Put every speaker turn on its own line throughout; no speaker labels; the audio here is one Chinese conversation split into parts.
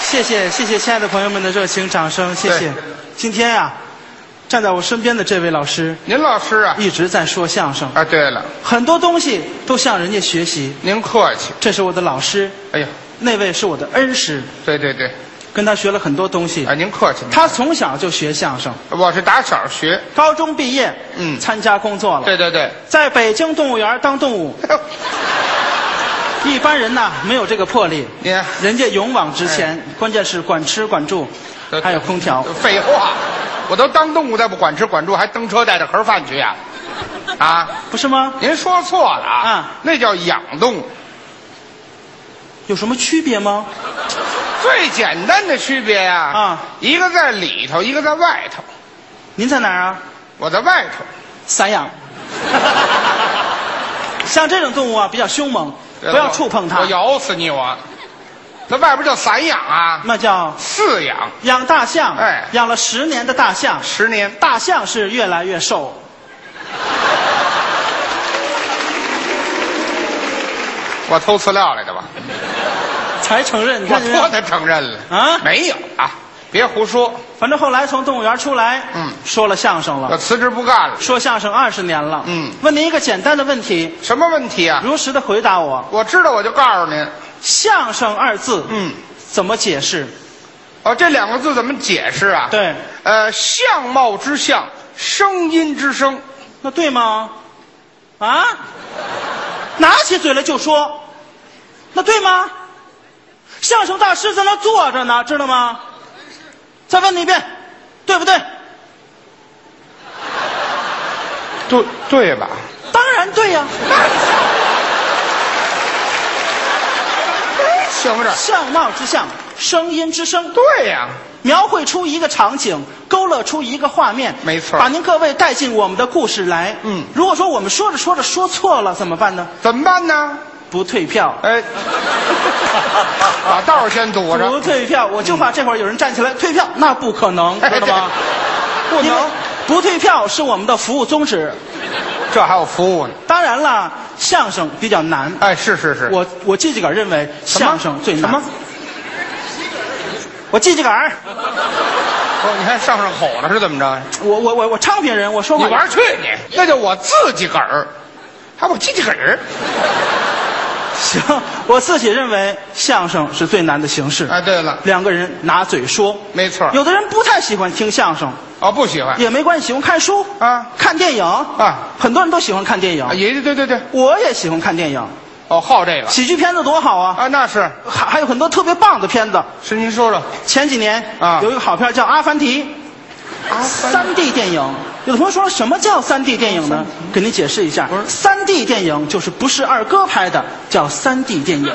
谢谢谢谢亲爱的朋友们的热情掌声，谢谢
对。
今天呀、站在我身边的这位老师
您老师啊，
一直在说相声，
啊，对了，
很多东西都向人家学习。
您客气。
这是我的老师，
哎呀，
那位是我的恩师，
对对对，
跟他学了很多东西
啊，。您客气。
他从小就学相声，
我是打小学，
高中毕业，
嗯
参加工作了，
对对 对，
在北京动物园当动物。一般人呐没有这个魄力，
您啊
人家勇往直前，
哎
关键是管吃管住，还有空调。
废话，我都当动物再不管吃管住，还蹬车带着盒饭去呀、啊？
不是吗？
您说错了啊，
啊
那叫养动物，
有什么区别吗？
最简单的区别呀、啊，
啊
一个在里头，一个在外头。
您在哪儿啊？
我在外头，
散 养。像这种动物啊，比较凶猛，
对
不要
我
触碰
我
它。
咬死你我！那外边叫散养啊，
那叫
饲养
养大象，
哎
养了十年的大象，
十年。
大象是越来越瘦。
我偷资料来的吧？
才承认，你
我
看人家
脱他承认了
啊
没有啊，别胡说，
反正后来从动物园出来，
嗯
说了相声
我
了，
辞职不干了。
说相声二十年了，
嗯
问您一个简单的问题，
什么问题啊？
如实的回答我，
我知道，我就告诉您。
相声二字，
嗯，
怎么解释？
哦，这两个字怎么解释啊？，
对，
呃，相貌之相，声音之声，
那对吗？啊，拿起嘴来就说，那对吗？相声大师在那坐着呢，知道吗？再问你一遍，对不对？
对对吧？
当然对呀、
行不是？
相貌之相，声音之声，
对呀、
描绘出一个场景，勾勒出一个画面，
没错
把您各位带进我们的故事来。
嗯
如果说我们说着说着说错了怎么办呢？
怎么办呢？
不退 票，
哎，把道儿先堵
不
着。
退票，我就怕这会儿有人站起来退票，那不可 能，
哎
知道吗？
对不能
因为不退票是我们的服务宗旨。
这还有服务呢。
当然了，相声比较难，
哎，是是是，
我我记己个儿认为
什么
相声最难。
什么？
我记己个儿，
哦，你看上上吼了是怎么着呀？
我我我我昌平人，我说
你
话
玩儿去你，那叫我自己个儿，还我自己个儿。
行， 我自己认为相声是最难的形式。
哎，对了，
两个人拿嘴说，
没错儿，
有的人不太喜欢听相声，
哦，不喜欢
也没关系，喜欢看书
啊
看电影
啊，
很多人都喜欢看电影
啊，，也对对对，
我也喜欢看电影，
哦，好这个
喜剧片子多好啊，
啊，那是
还还有很多特别棒的片子。
是您说说
前几年
啊
有一个好片叫《阿凡提》，
啊，
三 D 电影。有的朋友说什么叫三 D 电影呢？给您解释一下，三 D 电影就是不是二哥拍的，叫三 D 电影。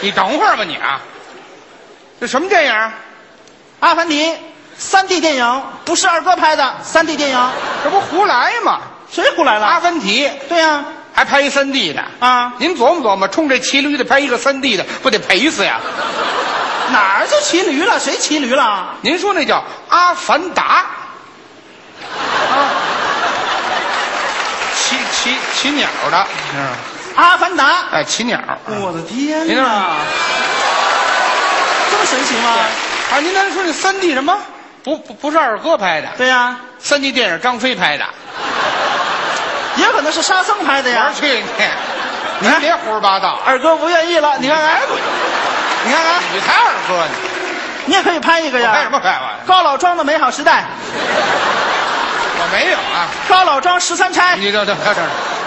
你等会儿吧你啊，这什么电影？啊
阿凡提，三 D 电影不是二哥拍的，三 D 电影
这不胡来吗？
谁胡来
阿
了？
凡提
对呀、
还拍一三 D 的
啊，
您琢磨琢磨，冲这骑驴的拍一个三 D 的，不得赔死呀？
哪儿就骑驴了？谁骑驴了？
您说那叫阿凡达啊，骑骑骑鸟的，嗯，
阿凡达！
哎，骑鸟。
我的天
您啊
哪，
呢？
这么神奇吗？
啊，您刚才说这三 D 什么？不不不是二哥拍的，
对呀、
三 D 电影张飞拍的。
也可能是沙僧拍的
玩
呀
儿。去你！啊您别胡说八道。
二哥不愿意了，你
啊
看
你看
看，
哎不，你看啊看你才二哥呢，
你也可以拍一个呀。
拍什么拍我？
高老庄的美好时代，
我没有啊！
高老庄十三钗，
你这这这这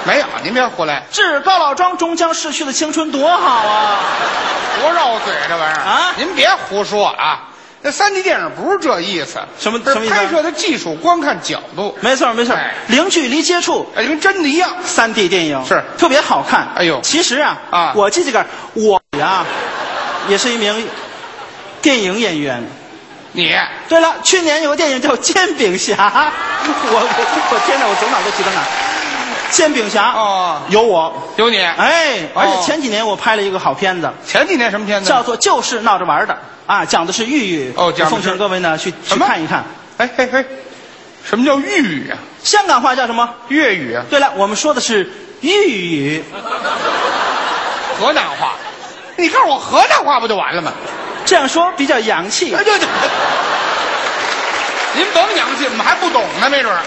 没有，您别胡来，
致高老庄终将逝去的青春，多好啊！
多绕嘴这玩意儿
啊
您别胡说啊！那三 D 电影不是这意思，
什么
是
什么意思啊
拍摄的技术、观看角度，
没错没错
哎，
零距离接触，
哎，跟真的一样。
三 D 电影
是
特别好看。
哎呦
其实啊，
啊
我记这个我呀，也是一名电影演员。
你
对了，去年有个电影叫《煎饼侠》，我我我天哪，我从哪儿都提到哪儿。煎饼侠
哦
有我，
有你，
哎，
哦
而且前几年我拍了一个好片子，
前几年什么片子？
叫做《就是闹着玩儿的》啊，讲的是玉玉。
哦讲的是
奉劝各位呢去去
什么
看一看，
哎嘿嘿，什么叫粤语啊？
香港话叫什么？
粤语啊，
对了，我们说的是玉玉。
河南话你告诉我河南话不就完了吗？
这样说比较洋气
哎，。对对。 您甭洋气，我们还不懂呢，没准儿，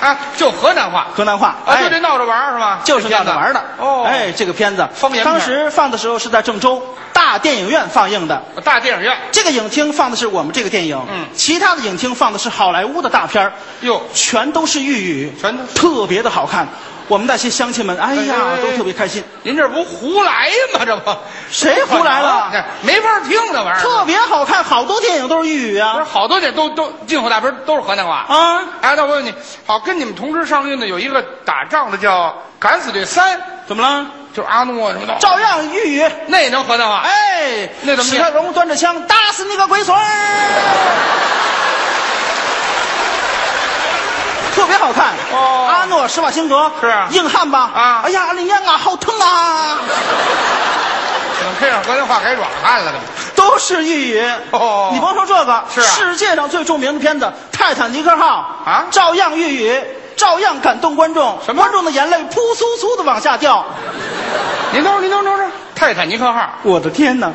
啊，就河南话，
河南话，
啊，就
哎
这闹着玩儿是吧？
就是闹着玩的
这片子哦，
哎，，这个片子
方言片
当时放的时候是在郑州大电影院放映的。
大电影院，
这个影厅放的是我们这个电影，
嗯
其他的影厅放的是好莱坞的大片儿，
哟，
全都是粤语，
全都是
特别的好看。我们那些乡亲们，哎呀，
哎哎哎
都特别开心，
您这不胡来吗？这不
谁胡来了
这 没法听这玩意儿。
特别好看。好多电影都是粤语
啊不是
啊
好多这都都进口大片都是河南话。
啊！
哎，那我问你，好，跟你们同时上映的有一个打仗的叫《敢死队三》，
怎么了？
就是阿诺什么的，
照样粤语。
那也能河南话？
哎，
那怎么
史
念
泰龙端着枪打死你个龟孙儿，特别好看。
哦
阿诺施瓦辛格
是啊
硬汉吧？
啊
哎呀，林烟啊，好疼啊，
怎么配上河南话改软汉了呢？
都是粤语。
哦
你甭说这个，
是啊
世界上最著名的片子《泰坦尼克号》
啊
照样粤语，照样感动观众，
什么
观众的眼泪扑簌簌的往下掉。
您等会儿，您等会儿，等会儿泰坦尼克号
我的天哪！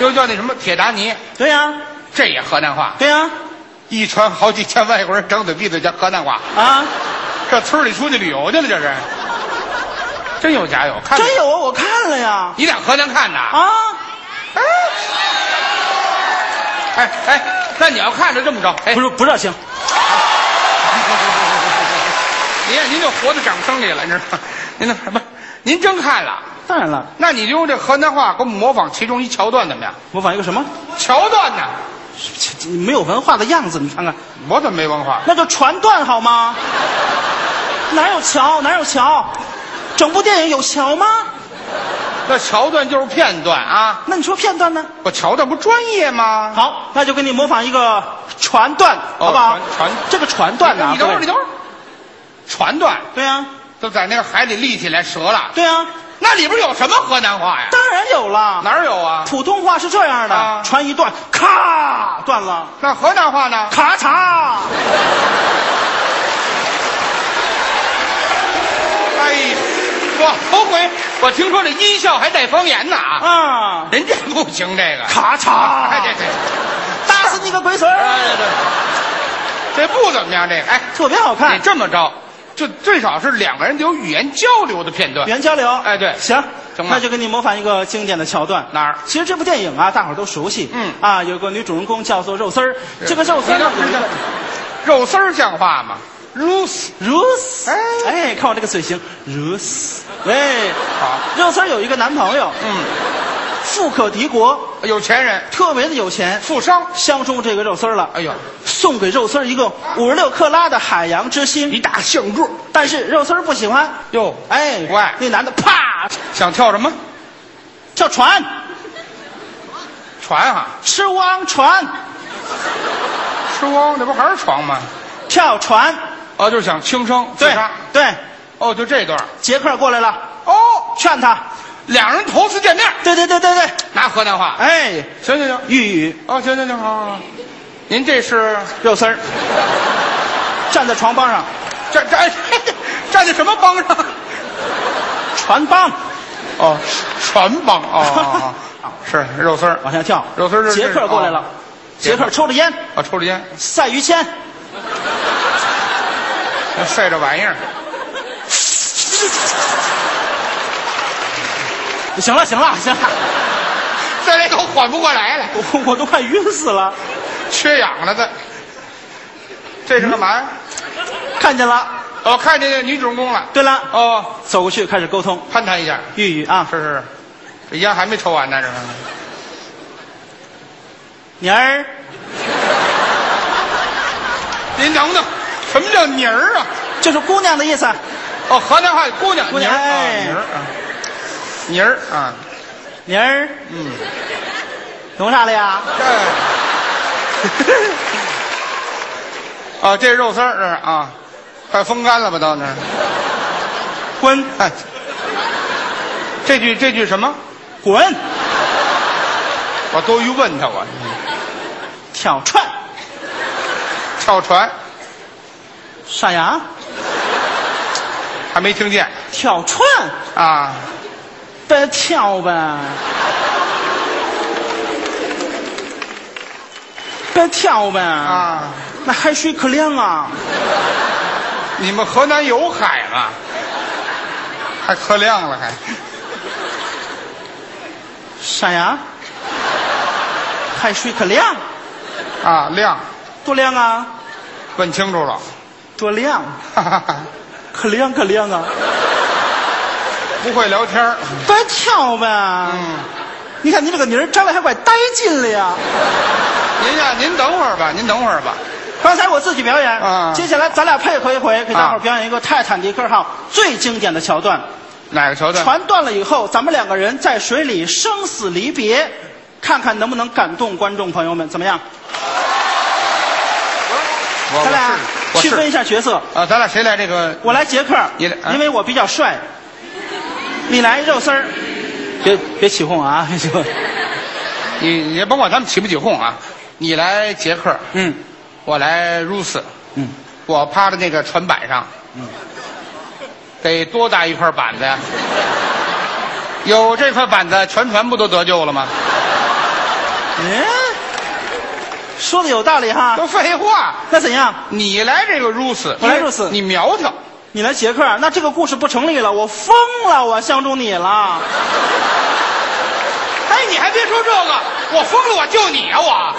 又叫那什么铁达尼，
对呀、
这也河南话。
对呀、
一船好几千外国人张嘴闭嘴讲河南话，
啊，
这村里出去旅游去了，这是。真有假有，看
真有啊，我看了呀。
你俩河南看的啊？
啊。
哎哎，那你要看着这么着，哎，
不是不热情，
您您就活在掌声里了，你知道吗？您那什么，您真看了？
当然了，
那你就用这河南话给我们模仿其中一桥段怎么样？
模仿一个什么
桥段呢？
这这没有文化的样子，你看看，
我怎么没文化？
那就传段好吗？哪有桥？哪有桥？整部电影有桥吗？
那桥段就是片段啊！
那你说片段呢？
我桥段不专业吗？
好，那就给你模仿一个传段，
哦
好不好？
传传
这个传段呢、
你等会儿，
各位
你等会儿，船段
对呀、
都在那个海里立起来折了，
对呀、
那里边有什么河南话呀？
当然有了。
哪儿有啊？
普通话是这样的，
啊
传一段，咔断了，
那河南话呢？
咔嚓，
哎呀，我头回我听说这音效还带方言呢啊！
啊，
人家不行，这个。
咔嚓，
哎，这这。
打死你个龟孙儿，
哎，这这不怎么样，这个哎，
特别好看
你。这么着，就最少是两个人得有语言交流的片段。
原交流，
哎对
行，
行吧
那就给你模仿一个经典的桥段。
哪儿
其实这部电影啊，大伙儿都熟悉。
嗯
啊，有个女主人公叫做肉丝儿，这个肉丝儿
你
呢
等
有
会儿
一个
等会儿肉丝儿像话吗？
如丝如丝，
哎
哎，看我这个嘴型，如丝，哎，
好，
肉丝儿有一个男朋友，
嗯，
富可敌国，
有钱人，
特别的有钱，
富商。
相中这个肉丝儿了，
哎呦，
送给肉丝儿一个五十六克拉的海洋之心，
一大杏柱。
但是肉丝儿不喜欢，
哟，
哎，
喂
那男的啪
想跳什么
叫船，
船啊？
吃汪船，
吃光那不还是床吗？
跳船，
哦，就是想轻生自
对
杀。
对。
哦，就这段。
杰克过来了，
哦，
劝他。
两人头次见面，
对对对对对，
拿河南话。
哎，
行行行，
玉宇
哦，行行行，好好好。您这是
肉丝儿站在床帮上，
站站哎站在什么帮上？
船帮
哦，船帮哦，哦哦 是肉丝儿
往下跳。
肉丝儿是哦
杰克过来了，杰克抽着烟，
啊，抽着烟，
赛于谦，
晒这玩意儿，
行了行了行了，
再来口缓不过来了，
我我都快晕死了。
缺氧了再。这是干嘛呀？
看见了，
哦，看见那女主人公了。
对了，
哦，
走过去开始沟通。
攀谈一下。
玉宇啊，
是是是，这烟还没抽完呢，这是。
妮儿，
您等等，什么叫泥儿啊？
这是姑娘的意思。
哦，河南话姑娘
姑
泥
娘
儿啊，
哎
泥儿啊，泥儿啊，
妮儿，
嗯，
弄啥了呀？
这。啊，这肉丝儿这是啊，快风干了吧？到那儿。
滚
哎，这句这句什么？
滚，
我多余问他我
挑串，
跳船
傻呀，
还没听见
挑串。
啊？
别跳呗，别跳呗啊！
啊，
那海水可凉啊！
你们河南有海啊，还喝亮了还，
啥呀？海水可凉，
啊亮，
多凉啊！
问清楚了，
多凉，
哈哈哈，
可凉可凉啊！
不会聊天儿
别跳呗！
嗯，
你看你这个泥儿粘了还怪带劲了呀！
您呀、您等会儿吧，您等会儿吧，
刚才我自己表演，
啊
接下来咱俩配合一回，给大伙儿
啊
表演一个《泰坦尼克号》最经典的桥段。
哪个桥段？
船断了以后，咱们两个人在水里生死离别，看看能不能感动观众朋友们，怎么样？
我
咱俩
我
区
是我
分一
是
下角色，
啊，咱俩谁来这个？
我来杰克，
你来啊
因为我比较帅，你来肉丝儿，别别起哄 啊，别起哄。
你你甭管他们起不起哄啊，你来杰克，
嗯
我来 Ruth，
嗯，
我趴在那个船板上，得多大一块板子呀？ 有这块板子，全船不都得救了吗？
嗯，说的有道理哈。
都废话，
那怎样？
你来这个 Ruth，
我来
因为
Ruth
你苗条，
你来杰克，啊那这个故事不成立了，我疯了，我相中你了。
哎，你还别说这个，我疯了，我救你啊我！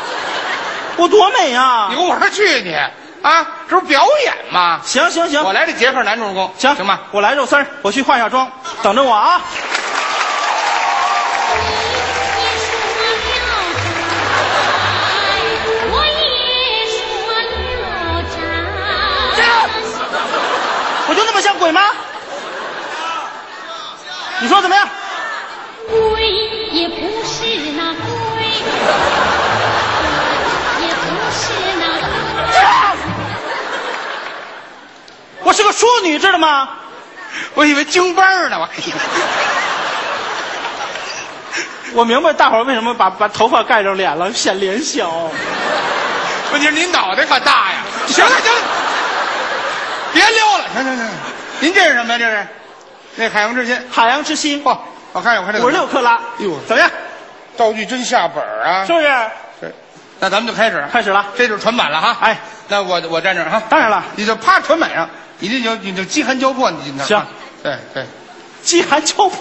我多美啊
你！跟我说去你啊，这不表演吗？
行行行
我，来这杰克男主人公，
行
行吧？
我来肉丝儿，我去化一下妆，等着我啊！
你说要债，我也说要债。
我就那么像鬼吗？你说怎么样？
鬼也不是那鬼，也不是那鬼。
我是个淑女，知道吗？
我以为京班儿呢，我。
我明白大伙儿为什么把把头发盖着脸了，显脸小。
问题是您脑袋可大呀！ 行了行了，别溜了，行行行，您这是什么呀？这是那海洋之心。
海洋之心，
嚯，我看我看这个
五十六克拉，
哎呦
怎么样？
道具真下本儿啊
是！不是？
是那咱们就开始，
开始了。
这就是船板了哈。
哎，
那我我站这儿哈，
当然了，
你就趴船板上，你这就你就饥寒交迫，你那
行，
对对
饥寒交迫，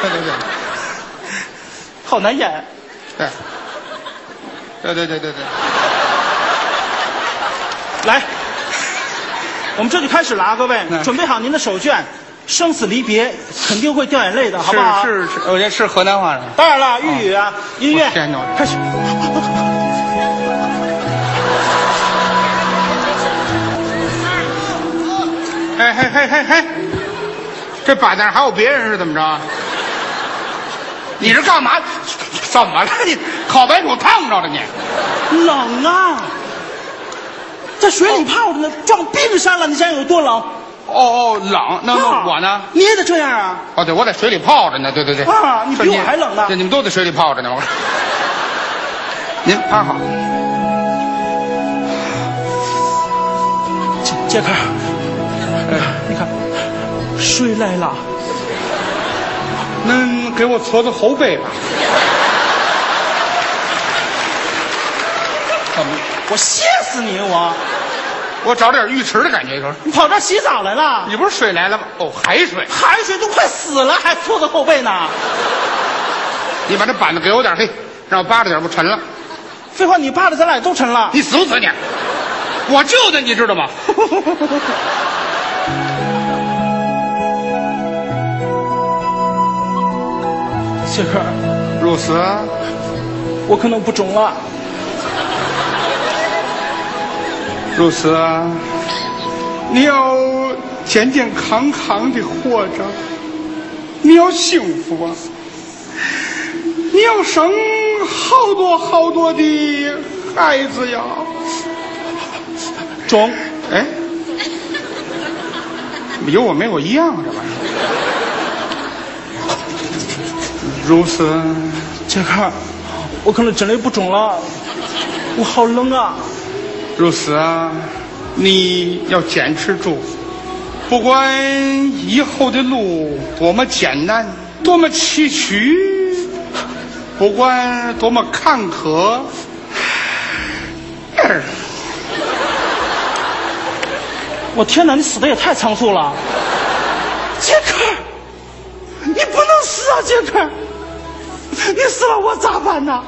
对对对
好难演。
对对对对对对，
来，我们这就开始了啊，各位，
嗯
准备好您的手绢，生死离别肯定会掉眼泪的，好不好？
是是是，我这是河南话是吧？
当然了，粤语啊，音乐
我天哪
开始。
哎嘿嘿嘿嘿，这板凳还有别人是怎么着？你是干嘛？怎么了你？烤白薯烫着了你？
冷啊，在水里泡着呢，撞冰山了，你想想有多冷？
哦哦，冷。那
啊
那我呢？？
你也得这样啊？
哦，对，我在水里泡着呢。对对对。
啊你比
是
我还冷呢
对，你们都在水里泡着呢。我 说，您趴好。
杰杰克，你看，水来了，
那给我搓搓后背吧。怎么？
我歇死你！我，
我找点浴池的感觉。你说，
你跑这儿洗澡来了？
你不是水来了吗？哦，海水。
海水都快死了，还搓搓后背呢？
你把这板子给我点，嘿，让我扒着点，不沉了。
废话，你爸的咱俩都沉了。
你死不死你？我救的，你知道吗？
杰克，
入死，
我可能不中了。
入死，啊你要健健康康的活着，你要幸福啊，你要生好多好多的孩子呀。
中，
哎，有我没我一样，这玩意儿。如此，
杰克，我可能真的不中了。我好冷啊！
如此啊，你要坚持住，不管以后的路多么艰难，多么崎岖，不管多么坎坷，
儿，
我天哪，你死的也太仓促了，
杰克，你不能死啊，杰克，你死了我咋办呐？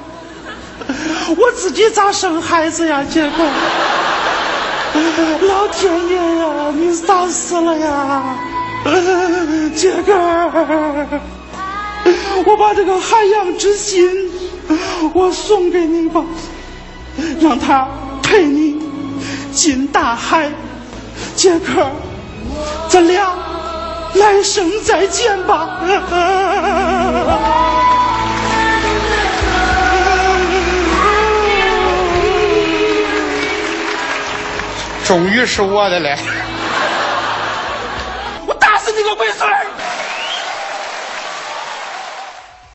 我自己咋生孩子呀，杰克？老天爷呀，你咋死了呀，杰克？我把这个海洋之心，我送给你吧，让它陪你进大海，杰克，咱俩来生再见吧。终于是我的了，
我打死你个龟孙！